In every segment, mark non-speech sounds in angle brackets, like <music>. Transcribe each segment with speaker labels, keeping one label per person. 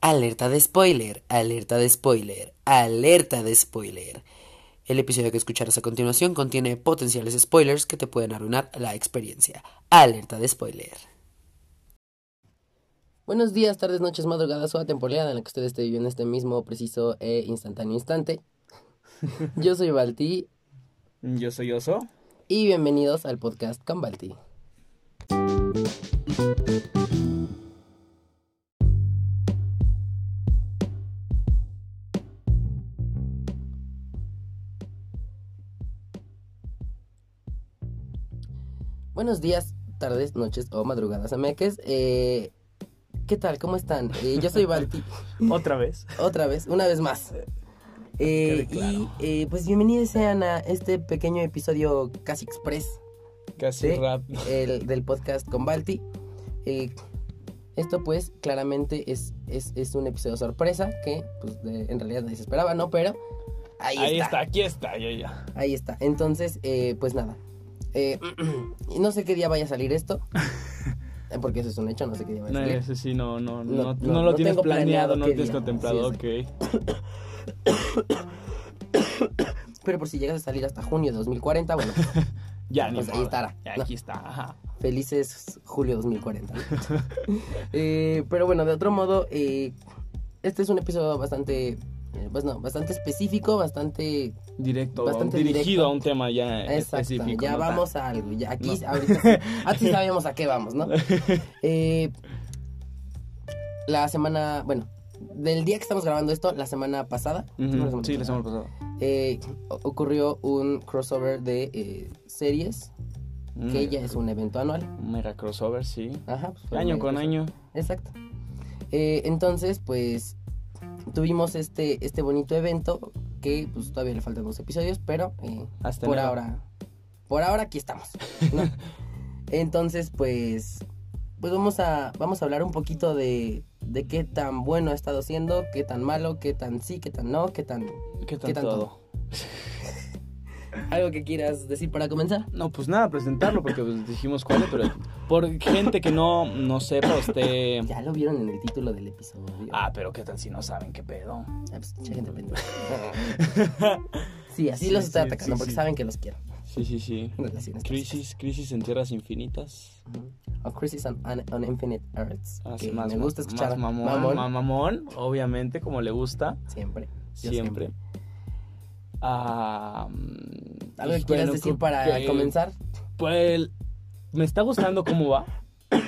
Speaker 1: Alerta de spoiler, alerta de spoiler, alerta de spoiler. El episodio que escucharás a continuación contiene potenciales spoilers que te pueden arruinar la experiencia. Alerta de spoiler.
Speaker 2: Buenos días, tardes, noches, madrugadas o atemporeada en la que usted esté viviendo este mismo preciso e instantáneo instante. Yo soy Balti
Speaker 3: Yo soy Oso.
Speaker 2: y bienvenidos al podcast con Balti. Buenos días, tardes, noches o madrugadas, ameques. Eh, ¿Qué tal? ¿Cómo están? Eh, yo soy Balti.
Speaker 3: Otra vez.
Speaker 2: Otra vez, una vez más. Eh,
Speaker 3: Quede claro.
Speaker 2: Y eh, pues bienvenidos sean a este pequeño episodio casi express
Speaker 3: Casi
Speaker 2: Sí.
Speaker 3: rap.
Speaker 2: el, del podcast con Balti. Eh, esto pues claramente es, es, es un episodio sorpresa que pues de- en realidad nadie se esperaba, ¿no? Pero ahí,
Speaker 3: Ahí está.
Speaker 2: está.
Speaker 3: aquí está, ya, ya.
Speaker 2: Ahí está. Entonces, eh, pues nada. Eh, <clears throat> no sé qué día vaya a salir
Speaker 3: <laughs>
Speaker 2: esto. eh, Porque eso es un hecho, no sé qué día vaya a
Speaker 3: No,
Speaker 2: salir.
Speaker 3: ese sí, no, no,
Speaker 2: No,
Speaker 3: no, no,
Speaker 2: no,
Speaker 3: lo
Speaker 2: no
Speaker 3: tienes
Speaker 2: tengo planeado
Speaker 3: planeado, no
Speaker 2: qué
Speaker 3: lo tienes
Speaker 2: día.
Speaker 3: contemplado,
Speaker 2: Así
Speaker 3: ok.
Speaker 2: Pero por si llegas a salir hasta junio de 2040,
Speaker 3: <laughs>
Speaker 2: bueno,
Speaker 3: Ya, ni
Speaker 2: Pues ahí
Speaker 3: modo.
Speaker 2: estará.
Speaker 3: Ya,
Speaker 2: No.
Speaker 3: Aquí está, ajá.
Speaker 2: Felices julio 2040. <laughs> Eh, pero bueno, de otro modo, eh, este es un episodio bastante, eh, pues no, bastante específico, bastante
Speaker 3: Directo,
Speaker 2: Bastante
Speaker 3: dirigido
Speaker 2: directo.
Speaker 3: a un tema ya
Speaker 2: exacto.
Speaker 3: específico.
Speaker 2: Ya
Speaker 3: ¿no?
Speaker 2: vamos a algo. Ya aquí,
Speaker 3: No. <laughs>
Speaker 2: ahorita, sí- aquí sabemos a qué vamos, ¿no? Eh, la semana, bueno, del día que estamos grabando esto, la semana pasada.
Speaker 3: Ujú,
Speaker 2: ¿sí fue la
Speaker 3: Sí, la
Speaker 2: pasada?
Speaker 3: semana pasada.
Speaker 2: Eh, o- ocurrió un crossover de eh, series,
Speaker 3: Mm,
Speaker 2: que ya es un evento anual.
Speaker 3: un Mm, Mega crossover, sí.
Speaker 2: Ajá. pues, fue
Speaker 3: Año
Speaker 2: un
Speaker 3: con
Speaker 2: crossover.
Speaker 3: año.
Speaker 2: Exacto. Eh, entonces, pues tuvimos este, este bonito evento que pues todavía le faltan dos episodios, pero eh,
Speaker 3: Hasta
Speaker 2: por
Speaker 3: enero.
Speaker 2: ahora, por ahora aquí estamos. ¿no?
Speaker 3: <laughs>
Speaker 2: entonces, pues, pues vamos a vamos a hablar un poquito de, de qué tan bueno ha estado siendo, qué tan malo, qué tan sí, qué tan no, qué tan
Speaker 3: ¿Qué tal
Speaker 2: ¿Qué tanto?
Speaker 3: todo?
Speaker 2: algo que quieras decir para comenzar.
Speaker 3: No, pues nada, presentarlo porque pues, dijimos cuál, pero por gente que no, no sepa, usted...
Speaker 2: Ya lo vieron en el título del episodio.
Speaker 3: Ah, pero qué tal si no saben qué pedo.
Speaker 2: Ah, pues, mucha gente
Speaker 3: <laughs>
Speaker 2: pendeja. Sí, así los
Speaker 3: Sí,
Speaker 2: estoy
Speaker 3: sí,
Speaker 2: atacando
Speaker 3: sí,
Speaker 2: porque
Speaker 3: sí.
Speaker 2: saben que los quiero.
Speaker 3: Sí, sí, sí.
Speaker 2: Relaciones tóxicas.
Speaker 3: Crisis, crisis en tierras infinitas.
Speaker 2: Ujú. O Crisis on, on- on Infinite Earths.
Speaker 3: Ah,
Speaker 2: que
Speaker 3: sí, más
Speaker 2: me
Speaker 3: ma-
Speaker 2: gusta escuchar.
Speaker 3: más mamón,
Speaker 2: mamón,
Speaker 3: ma- mamón, obviamente, como le gusta,
Speaker 2: Siempre. Yo
Speaker 3: siempre. Ah, mm,
Speaker 2: ¿Algo que
Speaker 3: pues,
Speaker 2: quieras
Speaker 3: bueno,
Speaker 2: decir
Speaker 3: co-
Speaker 2: para
Speaker 3: que-
Speaker 2: comenzar?
Speaker 3: Pues me está gustando cómo va.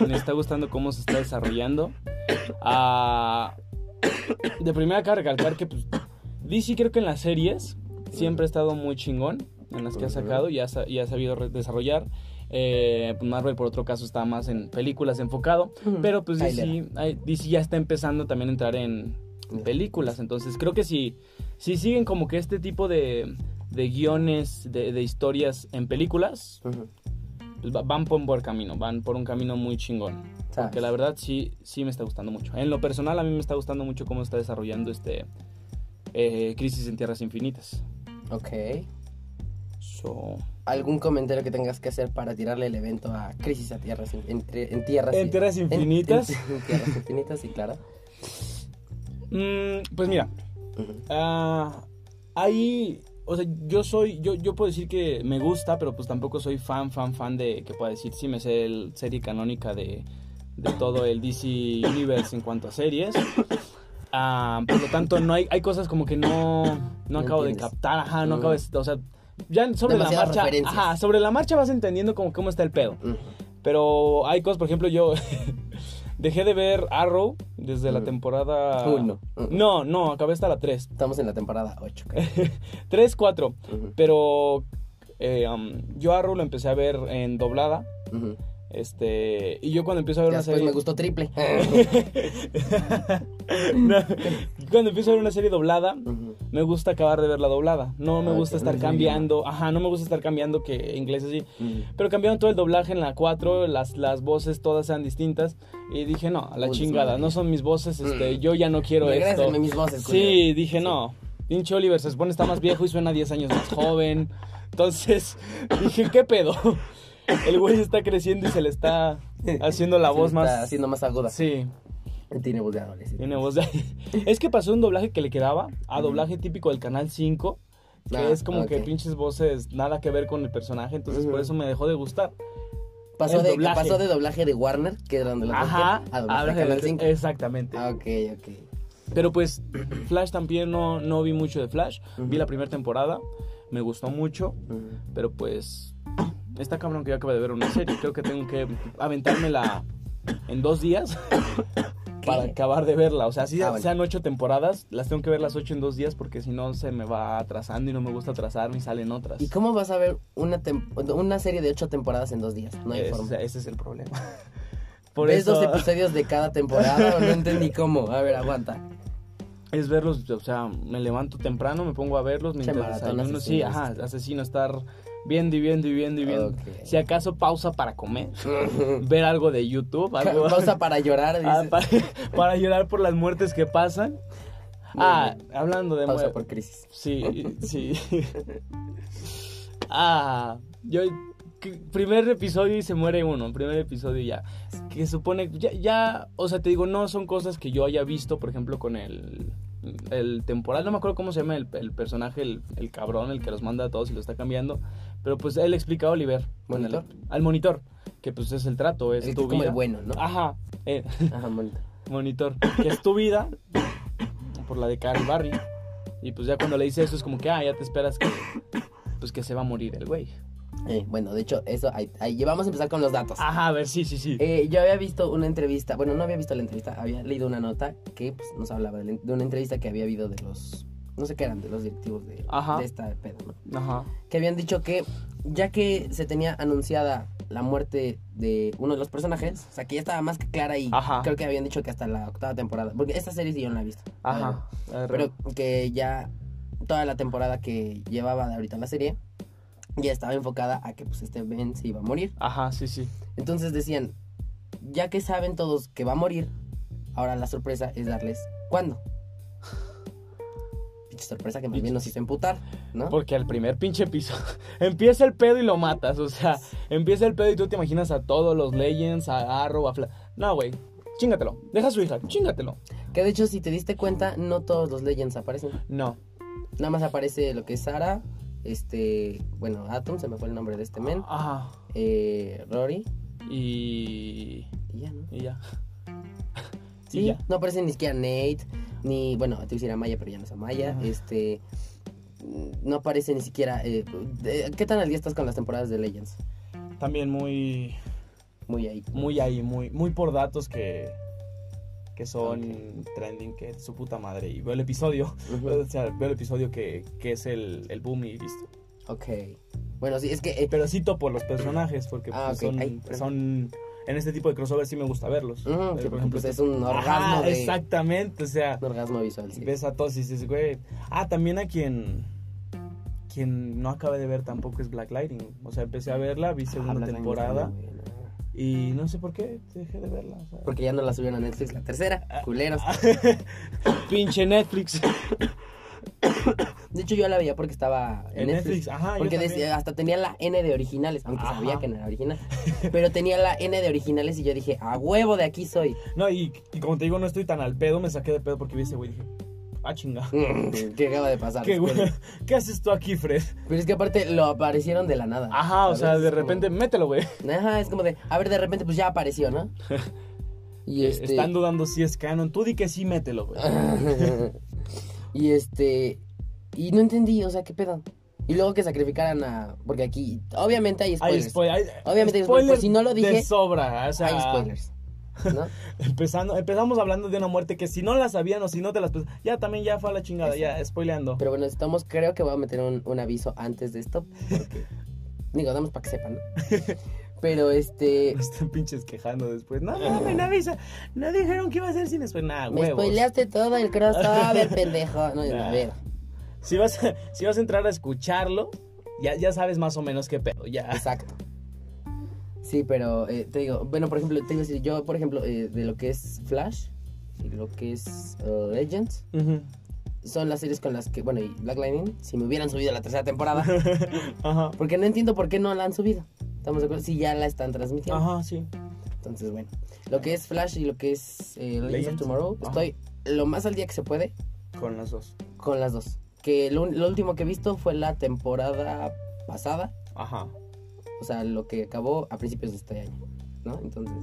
Speaker 3: Me está gustando cómo se está desarrollando. Ah, de primera cabe recalcar que pues, DC creo que en las series siempre ha estado muy chingón. En las que ha sacado y ha, sa- y ha sabido re- desarrollar. Eh, Marvel por otro caso está más en películas enfocado. Pero pues DC, ay, DC ya está empezando también a entrar en
Speaker 2: Ya.
Speaker 3: películas. Entonces creo que si, si siguen como que este tipo de, de guiones, de, de historias en películas,
Speaker 2: Ujú.
Speaker 3: pues, va- van por un buen camino, van por un camino muy chingón.
Speaker 2: ¿Sabes?
Speaker 3: Que la verdad sí, sí me está gustando mucho. En lo personal a mí me está gustando mucho cómo está desarrollando este eh, Crisis en Tierras Infinitas.
Speaker 2: Ok.
Speaker 3: So,
Speaker 2: ¿Algún comentario que tengas que hacer para tirarle el evento a Crisis a Tierras in- en, tri- en Tierras
Speaker 3: En Tierras Infinitas.
Speaker 2: En, <laughs> en Tierras Infinitas, sí, claro.
Speaker 3: mm, pues mira,
Speaker 2: Ujú.
Speaker 3: Ah, ahí, o sea, yo soy, yo, yo puedo decir que me gusta, pero pues tampoco soy fan, fan, fan de que pueda decir si me sé el serie canónica de, de todo el DC Universe en cuanto a series. Ah, por lo tanto, no hay, hay cosas como que no, no
Speaker 2: No
Speaker 3: acabo de
Speaker 2: entiendes.
Speaker 3: captar, ajá, no
Speaker 2: Mm.
Speaker 3: acabo de, o sea, ya sobre
Speaker 2: Demasiadas
Speaker 3: la marcha,
Speaker 2: referencias.
Speaker 3: ajá, sobre la marcha vas entendiendo como cómo está el pedo.
Speaker 2: Ujú.
Speaker 3: Pero hay cosas, por ejemplo, yo <laughs> dejé de ver Arrow desde la
Speaker 2: Mm.
Speaker 3: temporada
Speaker 2: Uno. Ujú.
Speaker 3: No, no, acabé hasta la 3.
Speaker 2: Estamos en la temporada 8.
Speaker 3: <laughs> 3, 4. Pero eh, um, yo Arrow lo empecé a ver en doblada. Este, y yo cuando empiezo a ver una
Speaker 2: Después
Speaker 3: serie.
Speaker 2: me gustó triple.
Speaker 3: <laughs> No, cuando empiezo a ver una serie doblada,
Speaker 2: Ujú.
Speaker 3: me gusta acabar de verla doblada. No me
Speaker 2: Ah,
Speaker 3: gusta
Speaker 2: ok,
Speaker 3: estar
Speaker 2: no,
Speaker 3: cambiando. Ajá, no me gusta estar cambiando que inglés así.
Speaker 2: Ujú.
Speaker 3: Pero cambiaron todo el doblaje en la 4, las, las voces todas eran distintas. Y dije, no, a la
Speaker 2: Un
Speaker 3: chingada,
Speaker 2: desmadre.
Speaker 3: no son mis voces, este,
Speaker 2: Mm.
Speaker 3: yo ya no quiero
Speaker 2: Regrésenme
Speaker 3: esto.
Speaker 2: mis voces,
Speaker 3: Sí,
Speaker 2: culero.
Speaker 3: dije,
Speaker 2: Sí.
Speaker 3: no. Pinche Oliver se supone está más viejo y suena 10 años más joven. Entonces, <laughs> dije, ¿qué pedo? El güey está creciendo y se le está haciendo la
Speaker 2: Sí,
Speaker 3: voz
Speaker 2: me está
Speaker 3: más.
Speaker 2: Haciendo más aguda.
Speaker 3: Sí.
Speaker 2: Tiene voz de adolescente.
Speaker 3: Tiene voz de... Es que pasó un doblaje que le quedaba a doblaje típico del Canal 5, que
Speaker 2: Ah,
Speaker 3: es como que
Speaker 2: ok.
Speaker 3: pinches voces nada que ver con el personaje, entonces
Speaker 2: Ujú.
Speaker 3: por eso me dejó de gustar.
Speaker 2: Pasó
Speaker 3: el
Speaker 2: de,
Speaker 3: doblaje.
Speaker 2: pasó de doblaje de Warner, que era donde lo Ah,
Speaker 3: Ajá,
Speaker 2: conocía, a doblaje
Speaker 3: hablas
Speaker 2: de
Speaker 3: de-
Speaker 2: Canal 5.
Speaker 3: Exactamente.
Speaker 2: Ah, ok, ok.
Speaker 3: Pero pues Flash también no, no vi mucho de Flash,
Speaker 2: Ujú.
Speaker 3: vi la primera temporada, me gustó mucho, pero pues está cabrón que yo acabo de ver una serie, creo que tengo que aventármela en
Speaker 2: <coughs>
Speaker 3: dos días para
Speaker 2: ¿Qué?
Speaker 3: acabar de verla, o sea, si
Speaker 2: Ah, vale.
Speaker 3: sean ocho temporadas, las tengo que ver las ocho en dos días porque si no se me va atrasando y no me gusta atrasarme y salen otras.
Speaker 2: ¿Y cómo vas a ver una, tem- una serie de ocho temporadas en dos días? No hay
Speaker 3: Es-
Speaker 2: forma.
Speaker 3: ese es el problema. <laughs>
Speaker 2: ¿Ves dos episodios de cada temporada? o No
Speaker 3: <laughs>
Speaker 2: entendí cómo. A ver, aguanta.
Speaker 3: Es verlos, o sea, me levanto temprano, me pongo a verlos, me
Speaker 2: Che, maratón
Speaker 3: desayuno, sí,
Speaker 2: asesino,
Speaker 3: ajá, asesino, estar viendo y viendo y viendo y viendo.
Speaker 2: Ok.
Speaker 3: Si acaso pausa para
Speaker 2: <laughs>
Speaker 3: comer, ver algo de YouTube, algo
Speaker 2: Pausa para llorar.
Speaker 3: <laughs> Ah,
Speaker 2: dices.
Speaker 3: para, para llorar por las muertes que pasan.
Speaker 2: Muy
Speaker 3: ah, hablando de
Speaker 2: Pausa
Speaker 3: muertes.
Speaker 2: por crisis. <laughs>
Speaker 3: Sí, sí. ah, yo que- primer episodio y se muere uno, primer episodio y ya. Que supone ya, ya, o sea, te digo, no son cosas que yo haya visto, por ejemplo, con el el temporal, no me acuerdo cómo se llama el, el personaje, el, el cabrón, el que los manda a todos y lo está cambiando, pero pues él explica a Oliver, con el-
Speaker 2: ¿Monitor?
Speaker 3: al monitor, que pues es el trato, es
Speaker 2: El que
Speaker 3: tu
Speaker 2: es como
Speaker 3: vida.
Speaker 2: el bueno, ¿no?
Speaker 3: Ajá. eh,
Speaker 2: Ajá, bonito.
Speaker 3: monitor, que es tu vida por la de Carl Barry. Y pues ya cuando le dice eso es como que, ah, ya te esperas que pues que se va a morir el güey.
Speaker 2: Eh, bueno, de hecho, eso, ahí, ahí ya vamos a empezar con los datos.
Speaker 3: Ajá, a ver, sí, Ah, sí, sí.
Speaker 2: Eh, yo había visto una entrevista, bueno, no había visto la entrevista, había leído una nota que pues, nos hablaba de, la- de una entrevista que había habido de los, no sé qué eran, de los directivos de,
Speaker 3: Ajá.
Speaker 2: de esta pedo, ¿no?
Speaker 3: Ajá.
Speaker 2: Que habían dicho que ya que se tenía anunciada la muerte de uno de los personajes, o sea, que ya estaba más que clara y
Speaker 3: Ajá.
Speaker 2: creo que habían dicho que hasta la octava temporada, porque esta serie sí yo no la he visto. la verdad.
Speaker 3: Ajá. A ver,
Speaker 2: Pero que ya toda la temporada que llevaba de ahorita la serie ya estaba enfocada a que pues este Ben se iba a morir.
Speaker 3: Ajá, sí, sí.
Speaker 2: Entonces decían, ya que saben todos que va a morir, ahora la sorpresa es darles
Speaker 3: <laughs>
Speaker 2: cuándo. Pinche sorpresa que más bien nos hizo emputar, ¿no?
Speaker 3: Porque al primer pinche piso <laughs> empieza el pedo y lo matas, o sea, empieza el pedo y tú te imaginas a todos los Legends, a Arrow, a Fla... No, güey. Chingatelo. Deja a su hija, chingatelo.
Speaker 2: Que de hecho, si te diste cuenta, no todos los Legends aparecen.
Speaker 3: No.
Speaker 2: Nada más aparece lo que es Sara, este, bueno, Atom, se me fue el nombre de este men,
Speaker 3: Ajá.
Speaker 2: eh, Rory,
Speaker 3: Y
Speaker 2: y ya, ¿no?
Speaker 3: y ya. Y
Speaker 2: Sí,
Speaker 3: ya.
Speaker 2: no aparece ni siquiera Nate, ni, bueno, te iba a decir Amaya, pero ya no es Amaya,
Speaker 3: Ajá.
Speaker 2: este... No aparece ni siquiera... eh, de- ¿Qué tan al día estás con las temporadas de Legends?
Speaker 3: También muy
Speaker 2: Muy ahí.
Speaker 3: muy ahí, muy, muy por datos que, que son
Speaker 2: Ok.
Speaker 3: trending, que su puta madre. Y veo el episodio, <laughs>
Speaker 2: Ujú.
Speaker 3: o sea, veo el episodio que, que es el, el boom y listo.
Speaker 2: Ok. Bueno, sí, es que. eh,
Speaker 3: Pero cito por los personajes, porque
Speaker 2: Ah,
Speaker 3: pues,
Speaker 2: ok. Ay,
Speaker 3: son,
Speaker 2: perdón.
Speaker 3: son- En este tipo de crossover sí me gusta verlos. Eh,
Speaker 2: ujú,
Speaker 3: Pero,
Speaker 2: sí, porque, pues, es un
Speaker 3: este Ajá,
Speaker 2: orgasmo, de-
Speaker 3: exactamente, o sea,
Speaker 2: un orgasmo visual. sí.
Speaker 3: Ah, ves a todos y dices, güey. Ah, también a quien. Quien no acabé de ver tampoco es Black Lightning. O sea, empecé a verla, vi
Speaker 2: Ah,
Speaker 3: segunda
Speaker 2: Black Lightning
Speaker 3: temporada.
Speaker 2: está muy buena.
Speaker 3: Y no sé por qué dejé de verla. o sea.
Speaker 2: Porque ya no la subieron a Netflix la tercera.
Speaker 3: Ah.
Speaker 2: Culeros.
Speaker 3: Pinche Netflix.
Speaker 2: De hecho, yo la veía porque estaba en,
Speaker 3: En Netflix, ajá, yo
Speaker 2: Porque
Speaker 3: también.
Speaker 2: decía- hasta tenía la N de originales, aunque
Speaker 3: Ajá.
Speaker 2: sabía que no era
Speaker 3: <laughs>
Speaker 2: original. Pero tenía la N de originales y yo dije, a huevo de aquí soy.
Speaker 3: No, y, y como te digo, no estoy tan al pedo, me saqué de pedo porque vi a ese güey y dije, ah, chinga.
Speaker 2: Mm, ¿Qué acaba de pasar?
Speaker 3: ¿Qué, güey?
Speaker 2: Pero,
Speaker 3: ¿Qué haces tú aquí, Fred?
Speaker 2: pero es que aparte lo aparecieron de la nada.
Speaker 3: Ajá, o
Speaker 2: ¿sabes?
Speaker 3: sea, de
Speaker 2: Es como-
Speaker 3: repente, mételo, güey.
Speaker 2: Ajá, es como de, a ver, de repente pues ya apareció,
Speaker 3: <laughs>
Speaker 2: ¿no?
Speaker 3: Eh,
Speaker 2: Y este...
Speaker 3: Están dudando si es canon. Tú di que sí, mételo, güey.
Speaker 2: <laughs> y este... Y no entendí, o sea, qué pedo. Y luego que sacrificaran a... Porque aquí, obviamente hay
Speaker 3: Hay
Speaker 2: spoilers.
Speaker 3: spoilers.
Speaker 2: Obviamente hay spoilers, por si no lo dije,
Speaker 3: De sobra, o sea,
Speaker 2: Hay spoilers. ¿no?
Speaker 3: Empezando, empezamos hablando de una muerte que si no la sabían o si no te las... Ya también ya fue a la chingada, ya, spoileando.
Speaker 2: Pero bueno, estamos, creo que voy a meter un, un aviso antes de esto. Porque, digo, damos para que sepan,
Speaker 3: <laughs>
Speaker 2: ¿no? Pero este...
Speaker 3: Me están pinches quejando después. No, no, me avisa. No dijeron que iba a ser sin spoiler. Nah,
Speaker 2: Me
Speaker 3: huevos.
Speaker 2: spoileaste todo el
Speaker 3: <laughs>
Speaker 2: crossover, pendejo. No,
Speaker 3: Nah.
Speaker 2: a ver.
Speaker 3: Si vas, a- <laughs> si vas a entrar a escucharlo, ya, ya sabes más o menos qué pedo. Ya.
Speaker 2: Exacto. Sí, pero eh, te digo, bueno, por ejemplo, te digo, si yo, por ejemplo, eh, de lo que es Flash y lo que es eh, Legends,
Speaker 3: Ujú.
Speaker 2: son las series con las que, bueno, y Black Lightning, si me hubieran subido la tercera
Speaker 3: <laughs>
Speaker 2: temporada,
Speaker 3: Ajá.
Speaker 2: porque no entiendo por qué no la han subido. ¿Estamos de acuerdo? Si ya la están transmitiendo.
Speaker 3: Ajá, sí.
Speaker 2: Entonces, bueno. lo que es Flash y lo que es eh, Legends of
Speaker 3: Legends.
Speaker 2: Tomorrow,
Speaker 3: Ajá.
Speaker 2: estoy lo más al día que se puede
Speaker 3: Con las dos.
Speaker 2: con las dos. Que lo, un- lo último que he visto fue la temporada pasada,
Speaker 3: Ajá.
Speaker 2: o sea, lo que acabó a principios de este año, ¿no? Entonces,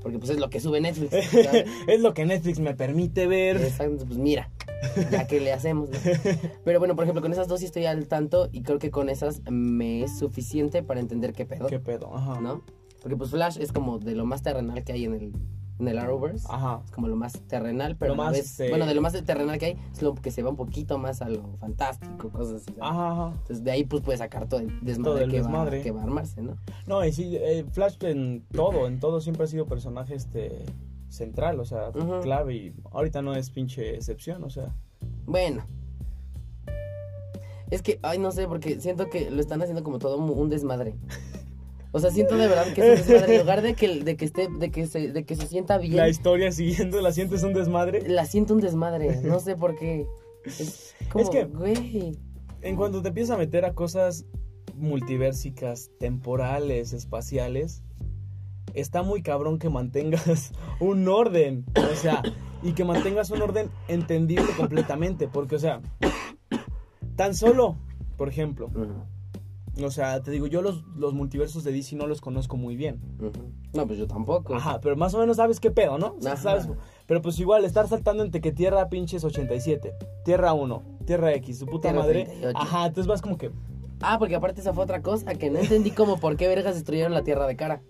Speaker 2: porque pues es lo que sube Netflix,
Speaker 3: <laughs>
Speaker 2: ¿sabes?
Speaker 3: es lo que Netflix me permite ver.
Speaker 2: Exacto, pues mira, ya que le hacemos.
Speaker 3: <laughs>
Speaker 2: ¿no? Pero bueno, por ejemplo, con esas dos sí estoy al tanto y creo que con esas me es suficiente para entender qué pedo,
Speaker 3: ¿Qué pedo? Ajá.
Speaker 2: ¿no? Porque pues Flash es como de lo más terrenal que hay en el, en el Arrowverse.
Speaker 3: Ajá.
Speaker 2: Es como lo más terrenal, pero
Speaker 3: Lo
Speaker 2: a la
Speaker 3: más,
Speaker 2: vez-
Speaker 3: eh,
Speaker 2: bueno, de lo más terrenal que hay es lo que se va un poquito más a lo fantástico, cosas así. ¿sabes?
Speaker 3: Ajá, ajá.
Speaker 2: Entonces de ahí pues puedes sacar todo el desmadre,
Speaker 3: Todo el
Speaker 2: que,
Speaker 3: desmadre.
Speaker 2: Va, que va a armarse, ¿no?
Speaker 3: No, y sí, eh, Flash en todo, en todo siempre ha sido personaje este central, o sea,
Speaker 2: Ujú.
Speaker 3: clave y ahorita no es pinche excepción, o sea.
Speaker 2: Bueno. Es que, ay, no sé, porque siento que lo están haciendo como todo mu- un desmadre. O sea, siento de verdad que es un desmadre. En lugar de que, de que esté, de que se, de que se sienta bien,
Speaker 3: La historia <laughs> siguiendo, la sientes un desmadre.
Speaker 2: la siento un desmadre. No sé por qué.
Speaker 3: <laughs>
Speaker 2: Es como,
Speaker 3: Es que-
Speaker 2: güey.
Speaker 3: En cuanto te empiezas a meter a cosas multiversicas, temporales, espaciales, está muy cabrón que mantengas <laughs> un orden, o sea, y que mantengas un orden entendible completamente, porque, o sea, tan solo, por ejemplo, o sea, te digo, yo los, los multiversos de DC no los conozco muy bien.
Speaker 2: Ujú. No, pues yo tampoco.
Speaker 3: Ajá, pero más o menos sabes qué pedo, ¿no? O sea,
Speaker 2: Ajá.
Speaker 3: sabes- pero pues igual, estar saltando entre que Tierra pinches 87, Tierra 1, Tierra X, su puta
Speaker 2: Tierra
Speaker 3: madre.
Speaker 2: 38.
Speaker 3: Ajá, entonces vas como que,
Speaker 2: Ah, porque aparte esa fue otra cosa que no entendí como por qué vergas destruyeron la tierra de cara.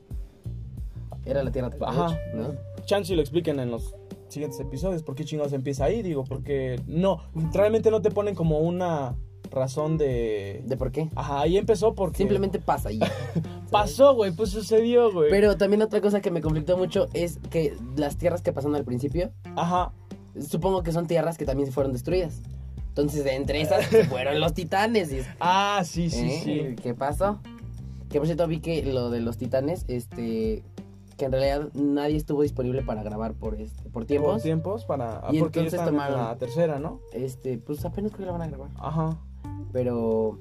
Speaker 2: Era la tierra de
Speaker 3: Ajá.
Speaker 2: ¿no?
Speaker 3: chance y lo expliquen en los siguientes episodios, por qué chingados empieza ahí, digo, porque no, realmente no te ponen como una razón de...
Speaker 2: ¿De por qué?
Speaker 3: Ajá, ahí empezó porque...
Speaker 2: Simplemente pasa y ya.
Speaker 3: <laughs> Pasó, güey, pues sucedió, güey.
Speaker 2: Pero también otra cosa que me conflictó mucho es que las tierras que pasaron al principio,
Speaker 3: Ajá,
Speaker 2: supongo que son tierras que también fueron destruidas. Entonces, entre
Speaker 3: <laughs>
Speaker 2: esas se fueron los titanes. Y es-
Speaker 3: ah, sí, sí,
Speaker 2: ¿Eh?
Speaker 3: sí.
Speaker 2: ¿Qué pasó? Que por cierto vi que lo de los titanes, este, que en realidad nadie estuvo disponible para grabar por este, por tiempos.
Speaker 3: Por tiempos para... ah,
Speaker 2: Y
Speaker 3: porque
Speaker 2: entonces
Speaker 3: ellos están en
Speaker 2: tomaron-
Speaker 3: la tercera, ¿no?
Speaker 2: Este, pues apenas creo que la van a grabar.
Speaker 3: Ajá.
Speaker 2: Pero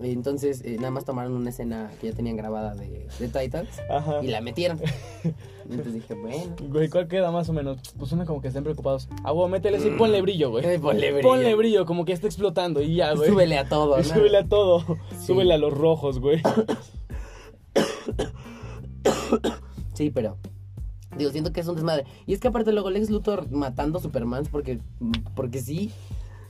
Speaker 2: entonces eh, nada más tomaron una escena que ya tenían grabada de, de Titans
Speaker 3: Ajá.
Speaker 2: y la metieron. Entonces dije, bueno.
Speaker 3: Güey, ¿cuál queda más o menos? Pues suena como que estén preocupados. Ah, güey, métele eso y ponle brillo, güey.
Speaker 2: Eh, <laughs> ponle brillo.
Speaker 3: Ponle brillo, como que está explotando y ya, Ah, güey.
Speaker 2: Súbele a todo,
Speaker 3: <laughs> Y
Speaker 2: ¿no?
Speaker 3: súbele a todo.
Speaker 2: Sí.
Speaker 3: Súbele a los
Speaker 2: <coughs>
Speaker 3: rojos, güey.
Speaker 2: Sí, pero. Digo, siento que es un desmadre. Y es que aparte luego Lex Luthor matando Supermans porque. porque sí.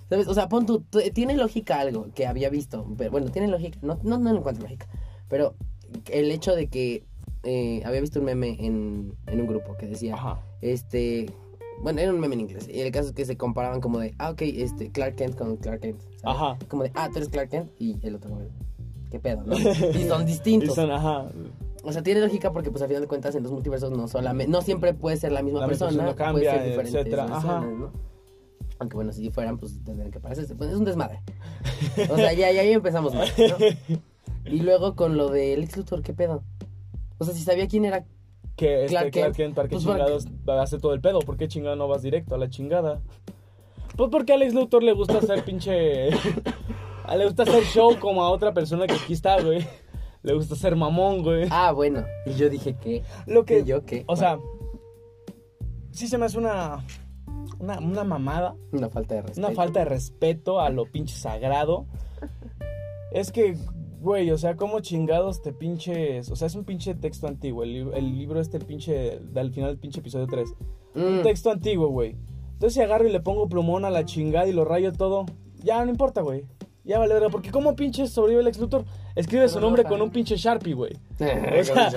Speaker 2: ¿Sabes? O sea, pon tu. t- Tiene lógica algo que había visto. Pero bueno, tiene lógica. No, no, no lo encuentro lógica. Pero el hecho de que. eh, había visto un meme en, en un grupo que decía.
Speaker 3: Ajá.
Speaker 2: Este. Bueno, era un meme en inglés. Y el caso es que se comparaban como de. Ah, ok, este. Clark Kent con Clark Kent. ¿sabes?
Speaker 3: Ajá.
Speaker 2: Como de. Ah, tú eres Clark Kent. Y el otro. bueno, ¿Qué pedo,
Speaker 3: <laughs>
Speaker 2: no? Y son
Speaker 3: Y
Speaker 2: distintos.
Speaker 3: son, ajá.
Speaker 2: O sea, tiene lógica porque, pues, a final de cuentas, en los multiversos no solamente... No siempre puede ser la misma
Speaker 3: La misma
Speaker 2: persona.
Speaker 3: persona cambia,
Speaker 2: puede ser diferentes
Speaker 3: etcétera, ajá.
Speaker 2: personas, ¿no? Aunque, bueno, si fueran, pues, tendrían que parecerse. Pues, es un desmadre. O sea, ya, ya, ya empezamos mal, ¿no? Y luego con lo de Lex Luthor, ¿qué pedo? O sea, si sabía quién era...
Speaker 3: Que este
Speaker 2: Clark
Speaker 3: Clark,
Speaker 2: Kent,
Speaker 3: Kent, ¿para qué
Speaker 2: pues, ¿para
Speaker 3: chingados hace todo el pedo? ¿Por qué chingado no vas directo a la chingada? Pues porque a Alex Luthor le gusta hacer pinche. <laughs> a- le gusta hacer show como a otra persona que aquí está, güey. Le gusta ser mamón, güey.
Speaker 2: Ah, bueno. Y yo dije, ¿qué?
Speaker 3: Lo que.
Speaker 2: ¿Y yo qué?
Speaker 3: O sea, sí se me hace una, una, una mamada,
Speaker 2: Una falta de respeto.
Speaker 3: una falta de respeto a lo pinche sagrado. Es que, güey, o sea, ¿cómo chingados te pinches? O sea, es un pinche texto antiguo, el, lib- el libro este, el pinche, del final del pinche episodio 3.
Speaker 2: Mm,
Speaker 3: Un texto antiguo, güey. Entonces si agarro y le pongo plumón a la chingada y lo rayo todo, ya no importa, güey. Ya vale verga, porque ¿cómo pinches sobrevive el ex Luthor? Escribe su
Speaker 2: Pero no
Speaker 3: nombre
Speaker 2: lo
Speaker 3: con
Speaker 2: rayo.
Speaker 3: un pinche Sharpie, güey.
Speaker 2: o
Speaker 3: <laughs>
Speaker 2: sea,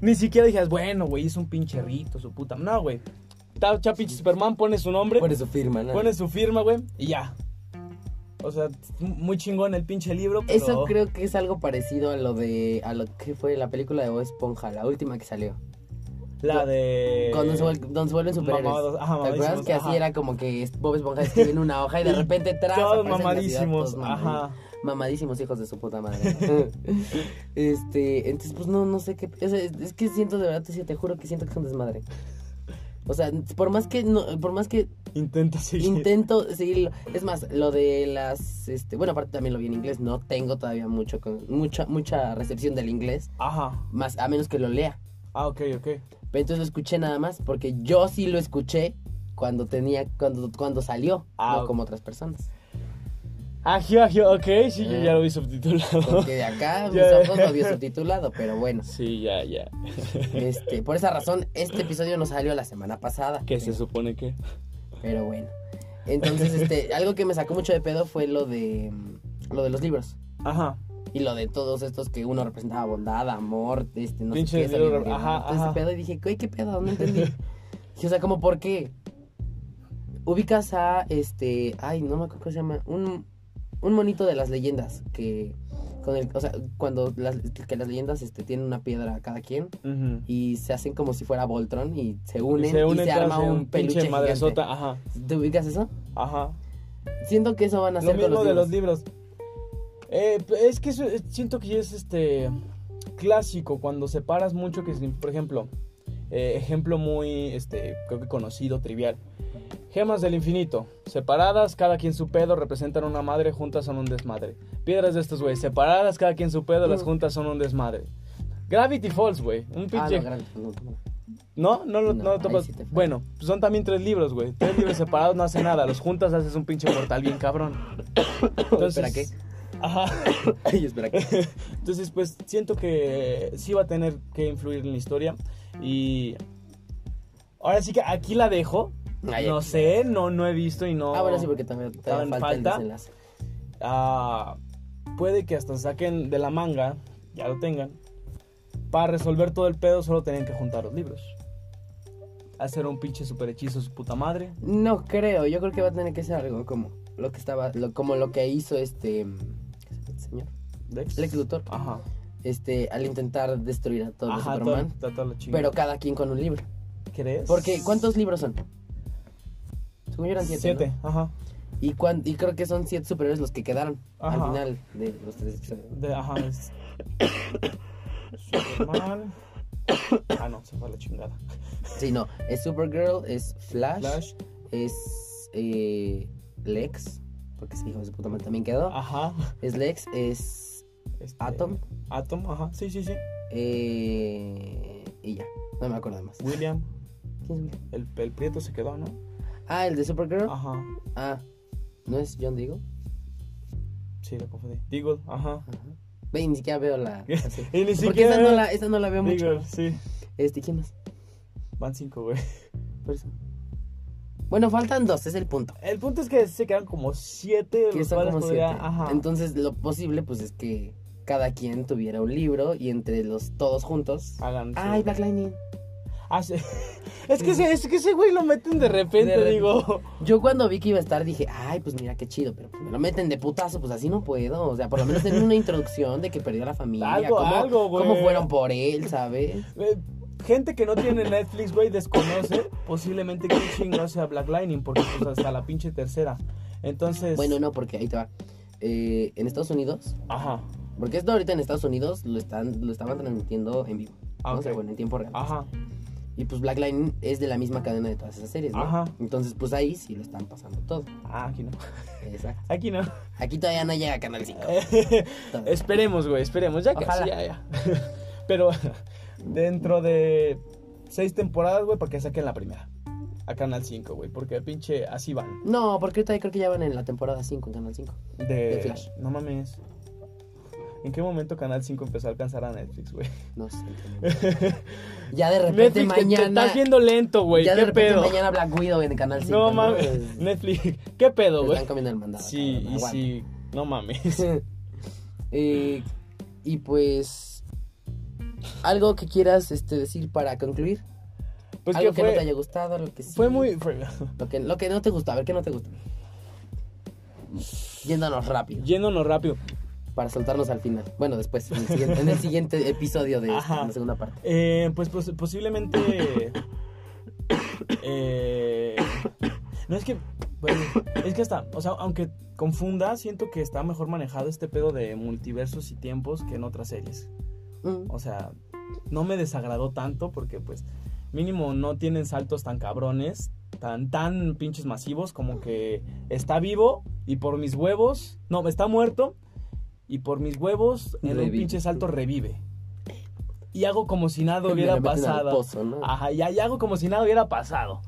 Speaker 3: Ni siquiera dijeras, bueno, güey, es un pinche rito, su puta. No, güey. Está cha pinche Superman, pone su nombre,
Speaker 2: Pone su firma, ¿no?
Speaker 3: pone su firma, güey, y ya. O sea, m- muy chingón el pinche libro, pero...
Speaker 2: Eso creo que es algo parecido a lo de... A lo que fue la película de Bob Esponja, la última que salió.
Speaker 3: La de...
Speaker 2: Cuando se, vuel- donde se vuelven superhéroes.
Speaker 3: Eh, Mamados- ajá,
Speaker 2: ¿Te acuerdas
Speaker 3: mamadísimos,
Speaker 2: que así
Speaker 3: ajá.
Speaker 2: era como que es- Bob Esponja escribe en una hoja y
Speaker 3: <laughs>
Speaker 2: de repente tras aparece en
Speaker 3: Todos
Speaker 2: la ciudad,
Speaker 3: mamadísimos,
Speaker 2: todos mamadísimos.
Speaker 3: ajá.
Speaker 2: Mamadísimos hijos de su puta madre. <laughs> este, entonces pues no, no sé qué. o sea, Es, es que siento de verdad, te, sí, te juro que siento que es un desmadre. O sea, por más que no, por más que
Speaker 3: Intenta seguir.
Speaker 2: intento seguirlo. Es más, lo de las este, bueno, aparte también lo vi en inglés, no tengo todavía mucho con- mucha mucha recepción del inglés,
Speaker 3: Ajá.
Speaker 2: más a menos que lo lea.
Speaker 3: Ah, ok, ok.
Speaker 2: Pero entonces lo escuché nada más porque yo sí lo escuché cuando tenía cuando cuando salió,
Speaker 4: Ah,
Speaker 2: no
Speaker 4: ok.
Speaker 2: como otras
Speaker 4: <laughs>
Speaker 2: personas.
Speaker 4: Agio, agio, ok, sí, yo ya lo vi subtitulado.
Speaker 2: Porque de acá mis
Speaker 4: Ya.
Speaker 2: ojos lo vio subtitulado, pero bueno,
Speaker 4: Sí, ya, ya.
Speaker 2: este, por esa razón este episodio no salió la semana pasada.
Speaker 4: Que se supone que.
Speaker 2: Pero bueno. Entonces, este, algo que me sacó mucho de pedo fue lo de mm, lo de los libros
Speaker 3: Ajá.
Speaker 2: y lo de todos estos que uno representaba bondad, amor, este, no
Speaker 3: Pinche
Speaker 2: sé qué,
Speaker 3: libro,
Speaker 2: sabiduría,
Speaker 3: ajá,
Speaker 2: ¿no? todo ese
Speaker 3: ajá.
Speaker 2: pedo y dije, "Güey, qué pedo, no
Speaker 3: <laughs>
Speaker 2: entendí." Dije, o sea, como por qué? Ubicas a este, ay, no me acuerdo cómo se llama, un un monito de las leyendas que con el, o sea, cuando las, que las leyendas este tienen una piedra cada quien
Speaker 3: Ujú.
Speaker 2: y se hacen como si fuera Voltron y se unen,
Speaker 3: se unen
Speaker 2: y se
Speaker 3: tras
Speaker 2: arma
Speaker 3: de
Speaker 2: un,
Speaker 3: pinche
Speaker 2: peluche
Speaker 3: madresota,
Speaker 2: gigante.
Speaker 3: ajá,
Speaker 2: ¿Te ubicas eso?
Speaker 3: ajá.
Speaker 2: Siento que eso van a
Speaker 3: Lo
Speaker 2: hacer con
Speaker 3: mismo
Speaker 2: los
Speaker 3: de los
Speaker 2: libros.
Speaker 3: libros. Eh, p- es que eso- eh, siento que ya es este clásico cuando separas mucho que, si- por ejemplo, eh, ejemplo muy este creo que conocido, trivial. Gemas del infinito, separadas, cada quien su pedo, representan una madre, juntas son un desmadre. Piedras de estos güeyes, separadas, cada quien su pedo, las juntas son un desmadre. Gravity Falls, güey, un
Speaker 2: Mm. Ah,
Speaker 3: pinche
Speaker 2: no, gran- no, no.
Speaker 3: No, no lo,
Speaker 2: No,
Speaker 3: no lo
Speaker 2: ahí
Speaker 3: topas.
Speaker 2: sí te falla.
Speaker 3: bueno, pues son también tres libros, güey. Tres libros separados no hace nada. Los juntas haces un pinche portal bien cabrón. Entonces,
Speaker 2: ¿Espera qué?
Speaker 3: Ajá.
Speaker 2: <laughs> Ay, espera que.
Speaker 3: Entonces, pues siento que sí va a tener que influir en la historia. Y ahora sí que aquí la dejo.
Speaker 2: Ay,
Speaker 3: no
Speaker 2: aquí.
Speaker 3: sé, no, no he visto y no.
Speaker 2: Ah, bueno, sí, porque también todavía
Speaker 3: Estaban
Speaker 2: falta, el
Speaker 3: falta.
Speaker 2: desenlace.
Speaker 3: Ah, puede que hasta saquen de la manga, ya lo tengan. Para resolver todo el pedo, solo tenían que juntar los libros. Hacer un pinche superhechizo su puta madre.
Speaker 2: No creo, yo creo que va a tener que ser algo como lo que estaba, lo- como lo que hizo este mm, ¿qué se llama este señor,
Speaker 3: Lex,
Speaker 2: Lex Luthor,
Speaker 3: Ajá.
Speaker 2: este, al intentar destruir a todos
Speaker 3: Ajá,
Speaker 2: los
Speaker 3: todo,
Speaker 2: Superman,
Speaker 3: todo lo chingón.
Speaker 2: pero cada quien con un libro.
Speaker 3: ¿Crees?
Speaker 2: Porque ¿cuántos libros son? Según yo eran siete. ¿no?
Speaker 3: Siete, ajá.
Speaker 2: Y, cuan- y creo que son siete superhéroes los que quedaron
Speaker 3: Ajá.
Speaker 2: al final de los tres episodios.
Speaker 3: De, ajá, es. Superman. <coughs> Ah, no, se fue a la chingada.
Speaker 2: Sí, no, es Supergirl, es Flash,
Speaker 3: Flash.
Speaker 2: es eh, Lex, porque ese hijo de su puta madre también quedó.
Speaker 3: Ajá.
Speaker 2: Es Lex, es
Speaker 3: Este,
Speaker 2: Atom
Speaker 3: Atom, ajá. Sí, sí, sí.
Speaker 2: eh, y ya, no me acuerdo de más.
Speaker 3: William.
Speaker 2: ¿Quién es Will?
Speaker 3: El, el prieto se quedó, ¿no?
Speaker 2: Ah, el de Supergirl.
Speaker 3: Ajá.
Speaker 2: Ah, ¿no es John Digo?
Speaker 3: Sí, lo confundí. Deagle, ajá.
Speaker 2: Ajá. Ve, ni siquiera veo la... así.
Speaker 3: Y <laughs>
Speaker 2: porque
Speaker 3: ni
Speaker 2: esa no,
Speaker 3: siquiera.
Speaker 2: la, esa no la veo mucho.
Speaker 3: Deagle, sí.
Speaker 2: Este, ¿quién más?
Speaker 3: Van cinco, güey.
Speaker 2: Por eso. Bueno, faltan dos, es el punto.
Speaker 3: El punto es que se quedan como siete.
Speaker 2: Que
Speaker 3: los
Speaker 2: son
Speaker 3: cuales
Speaker 2: como siete.
Speaker 3: podría- Ajá.
Speaker 2: Entonces, lo posible, pues, es que cada quien tuviera un libro y entre los todos juntos...
Speaker 3: Hagan. su-
Speaker 2: Ay, Black Lightning.
Speaker 3: Ah, sí. <laughs> Es que, ese, es que ese güey lo meten de repente,
Speaker 2: De repente.
Speaker 3: digo. <laughs>
Speaker 2: Yo cuando vi que iba a estar dije, ay, pues mira qué chido, pero pues me lo meten de putazo, pues así no puedo. O sea, por lo menos tener una introducción de que perdió a la familia,
Speaker 3: Algo,
Speaker 2: cómo,
Speaker 3: algo, güey.
Speaker 2: cómo fueron por él, ¿sabes?
Speaker 3: Eh, Gente que no tiene Netflix, güey, desconoce posiblemente que chingo sea Black Lightning, porque pues hasta la pinche tercera. Entonces.
Speaker 2: Bueno, no, porque ahí te va. Eh, en Estados Unidos,
Speaker 3: Ajá,
Speaker 2: porque esto ahorita en Estados Unidos lo están lo estaban transmitiendo en vivo.
Speaker 3: Ah,
Speaker 2: ¿no?
Speaker 3: ok. Ah.
Speaker 2: O sea, bueno, en tiempo real.
Speaker 3: ajá.
Speaker 2: Y pues Black Lightning es de la misma cadena de todas esas series, ¿no?
Speaker 3: Ajá.
Speaker 2: Entonces, pues ahí sí lo están pasando todo.
Speaker 3: Ah, aquí no. <laughs>
Speaker 2: Exacto.
Speaker 3: Aquí no. <laughs>
Speaker 2: Aquí todavía no llega a Canal 5. Todavía.
Speaker 3: esperemos, güey, esperemos. Ya casi,
Speaker 2: Ojalá.
Speaker 3: ya, ya. <laughs> Pero <laughs> dentro de seis temporadas, güey, para que saquen la primera. A Canal 5, güey, porque pinche así van.
Speaker 2: No, porque ahorita creo que ya van en la temporada 5 en Canal 5.
Speaker 3: De,
Speaker 2: De Flash.
Speaker 3: No mames. ¿En qué momento Canal 5 empezó a alcanzar a Netflix, güey?
Speaker 2: No sé. ya de repente
Speaker 3: Netflix, te- te
Speaker 2: mañana.
Speaker 3: estás viendo lento, güey.
Speaker 2: ya de
Speaker 3: ¿Qué
Speaker 2: repente
Speaker 3: pedo?
Speaker 2: mañana Black Widow en Canal 5.
Speaker 3: No mames,
Speaker 2: Es-
Speaker 3: <laughs> Netflix, ¿qué pedo,
Speaker 2: te
Speaker 3: güey?
Speaker 2: están comiendo el mandado.
Speaker 3: Sí,
Speaker 2: cabrón,
Speaker 3: y
Speaker 2: aguanta.
Speaker 3: sí,
Speaker 2: <laughs>
Speaker 3: no mames.
Speaker 2: Eh, y pues. Algo que quieras este, decir para concluir.
Speaker 3: Pues
Speaker 2: algo
Speaker 3: que
Speaker 2: que, no te
Speaker 3: fue,
Speaker 2: haya gustado, lo que sí.
Speaker 3: fue muy... fue- <laughs>
Speaker 2: Lo que, lo que no te gustó, a ver qué no te gustó. Yéndonos rápido
Speaker 3: Yéndonos rápido.
Speaker 2: para soltarnos al final. Bueno, después, en el siguiente, en el siguiente episodio de
Speaker 3: Ajá.
Speaker 2: la segunda parte.
Speaker 3: Eh, pues, pos- posiblemente... eh, no es que... bueno, es que hasta, o sea, aunque confunda, siento que está mejor manejado este pedo de multiversos y tiempos que en otras series.
Speaker 2: Mm.
Speaker 3: O sea, no me desagradó tanto porque pues mínimo no tienen saltos tan cabrones, tan tan pinches masivos como que está vivo y por mis huevos, no, está muerto y por mis huevos en un
Speaker 2: Revive.
Speaker 3: pinche salto revive. y hago como si nada
Speaker 2: <laughs>
Speaker 3: hubiera
Speaker 2: Le meten al
Speaker 3: pasado.
Speaker 2: pozo, ¿no?
Speaker 3: Ajá, y, y hago como si nada hubiera pasado.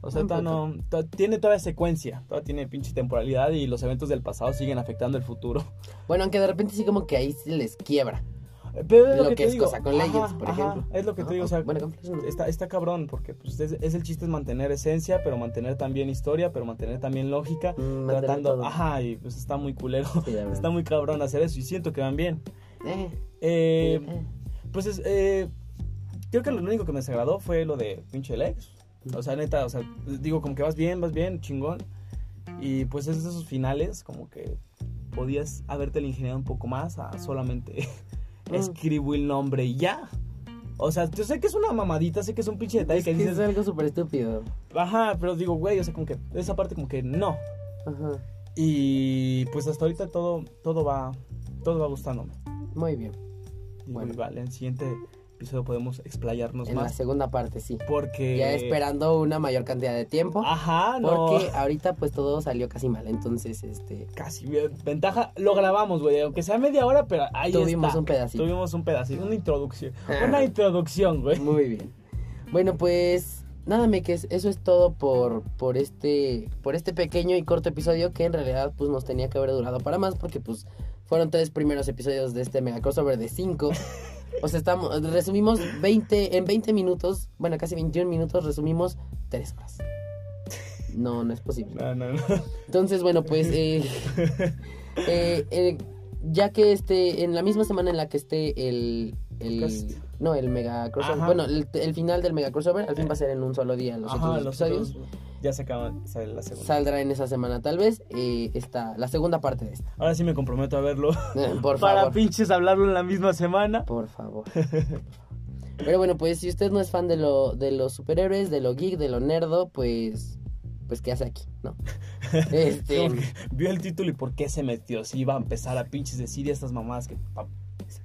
Speaker 3: O sea,
Speaker 2: Un
Speaker 3: todavía no, to- tiene toda secuencia, toda tiene pinche temporalidad y los eventos del pasado siguen afectando el futuro.
Speaker 2: Bueno, aunque de repente sí como que ahí se les quiebra.
Speaker 3: Pero es lo,
Speaker 2: Lo
Speaker 3: que,
Speaker 2: que
Speaker 3: te
Speaker 2: es
Speaker 3: digo.
Speaker 2: cosa con
Speaker 3: Ajá,
Speaker 2: Legends, por
Speaker 3: ajá,
Speaker 2: ejemplo.
Speaker 3: Es lo que
Speaker 2: Ah,
Speaker 3: te digo, o sea,
Speaker 2: bueno, con-
Speaker 3: está, está cabrón porque pues, es, es el chiste es mantener esencia, pero mantener también historia, pero mantener también lógica,
Speaker 2: Mm, mantener
Speaker 3: tratando,
Speaker 2: todo.
Speaker 3: <laughs> ajá, y pues está muy culero. <laughs>
Speaker 2: Sí, la verdad.
Speaker 3: Está muy cabrón hacer eso y siento que van bien.
Speaker 2: Eh,
Speaker 3: Eh,
Speaker 2: eh.
Speaker 3: pues es, eh, creo que lo único que me desagradó fue lo de pinche Lex. O sea, neta, o sea, digo, como que vas bien, vas bien, chingón. Y pues es de esos finales, como que podías haberte ingeniado un poco más a solamente <laughs>
Speaker 2: Mm.
Speaker 3: escribo el nombre y ya. O sea, yo sé que es una mamadita, sé que es un pinche detalle
Speaker 2: Es
Speaker 3: que
Speaker 2: que es
Speaker 3: dices,
Speaker 2: algo súper estúpido.
Speaker 3: ajá, pero digo, güey, o sea, como que esa parte como que no.
Speaker 2: Ajá.
Speaker 3: Y pues hasta ahorita todo, todo va, todo va gustándome.
Speaker 2: Muy bien.
Speaker 3: Y
Speaker 2: Bueno.
Speaker 3: vale, en el siguiente episodio podemos explayarnos
Speaker 2: en la
Speaker 3: más.
Speaker 2: segunda parte, sí.
Speaker 3: Porque.
Speaker 2: Ya esperando una mayor cantidad de tiempo.
Speaker 3: Ajá, Ah, no. <laughs>
Speaker 2: Porque ahorita pues todo salió casi mal. Entonces, este...
Speaker 3: Casi. bien, Ventaja. Lo grabamos, güey. Aunque sea media hora, pero ahí
Speaker 2: tuvimos
Speaker 3: está.
Speaker 2: un pedacito.
Speaker 3: Tuvimos un pedacito. Una introducción.
Speaker 2: Ah.
Speaker 3: Una introducción, güey.
Speaker 2: Muy bien. Bueno, pues nada, meques, eso es todo por, por este por este pequeño y corto episodio que en realidad pues nos tenía que haber durado para más porque pues fueron tres primeros episodios de este mega crossover de cinco. O sea, estamos resumimos 20 en 20 minutos, bueno, casi 21 minutos resumimos tres horas. No, no es posible.
Speaker 3: No, no, no.
Speaker 2: Entonces, bueno, pues eh,
Speaker 3: <laughs>
Speaker 2: eh, eh, ya que esté en la misma semana en la que esté el, el-
Speaker 3: Cast.
Speaker 2: no, el mega crossover,
Speaker 3: Ajá.
Speaker 2: bueno, el, el final del mega crossover, al fin va a ser en un solo día los
Speaker 3: Ajá,
Speaker 2: otros
Speaker 3: los
Speaker 2: episodios.
Speaker 3: otros Ya se acaban. sale la segunda.
Speaker 2: Saldrá en esa semana tal vez eh, está la segunda parte de
Speaker 3: <laughs>
Speaker 2: esta. Eh,
Speaker 3: Ahora sí me comprometo a verlo.
Speaker 2: Por
Speaker 3: <laughs> Para
Speaker 2: favor.
Speaker 3: pinches hablarlo en la misma semana.
Speaker 2: Por
Speaker 3: <laughs>
Speaker 2: favor. Pero bueno, pues si usted no es fan de lo de los superhéroes, de lo geek, de lo nerdo, pues pues qué hace aquí,
Speaker 3: <laughs>
Speaker 2: ¿no? Este
Speaker 3: Como que Vio el título y por qué se metió. Si iba a empezar a pinches decir y estas mamadas que. pa-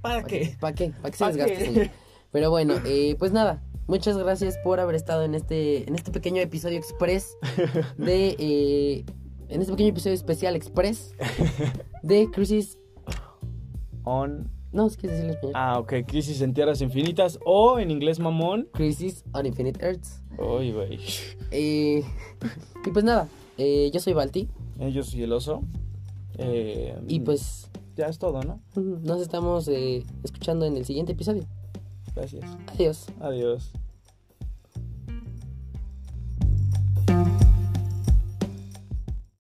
Speaker 3: ¿Para qué?
Speaker 2: ¿Para qué? ¿Para qué se
Speaker 3: ¿Pa'
Speaker 2: desgaste,
Speaker 3: qué?
Speaker 2: señor? Pero bueno, eh, pues nada. Muchas gracias por haber estado en este, en este pequeño episodio express de. eh, en este pequeño episodio especial express de Crisis.
Speaker 3: On.
Speaker 2: No, es que es decirlo en español.
Speaker 3: Ah, ok. Crisis en tierras infinitas. O en inglés mamón.
Speaker 2: Crisis on Infinite Earths.
Speaker 3: Uy, güey.
Speaker 2: Eh, y pues nada, eh, yo soy Balti.
Speaker 3: Eh, Yo soy el oso. Eh,
Speaker 2: Y pues
Speaker 3: Ya es todo, ¿no?
Speaker 2: nos estamos eh, escuchando en el siguiente episodio.
Speaker 3: Gracias.
Speaker 2: Adiós.
Speaker 3: Adiós.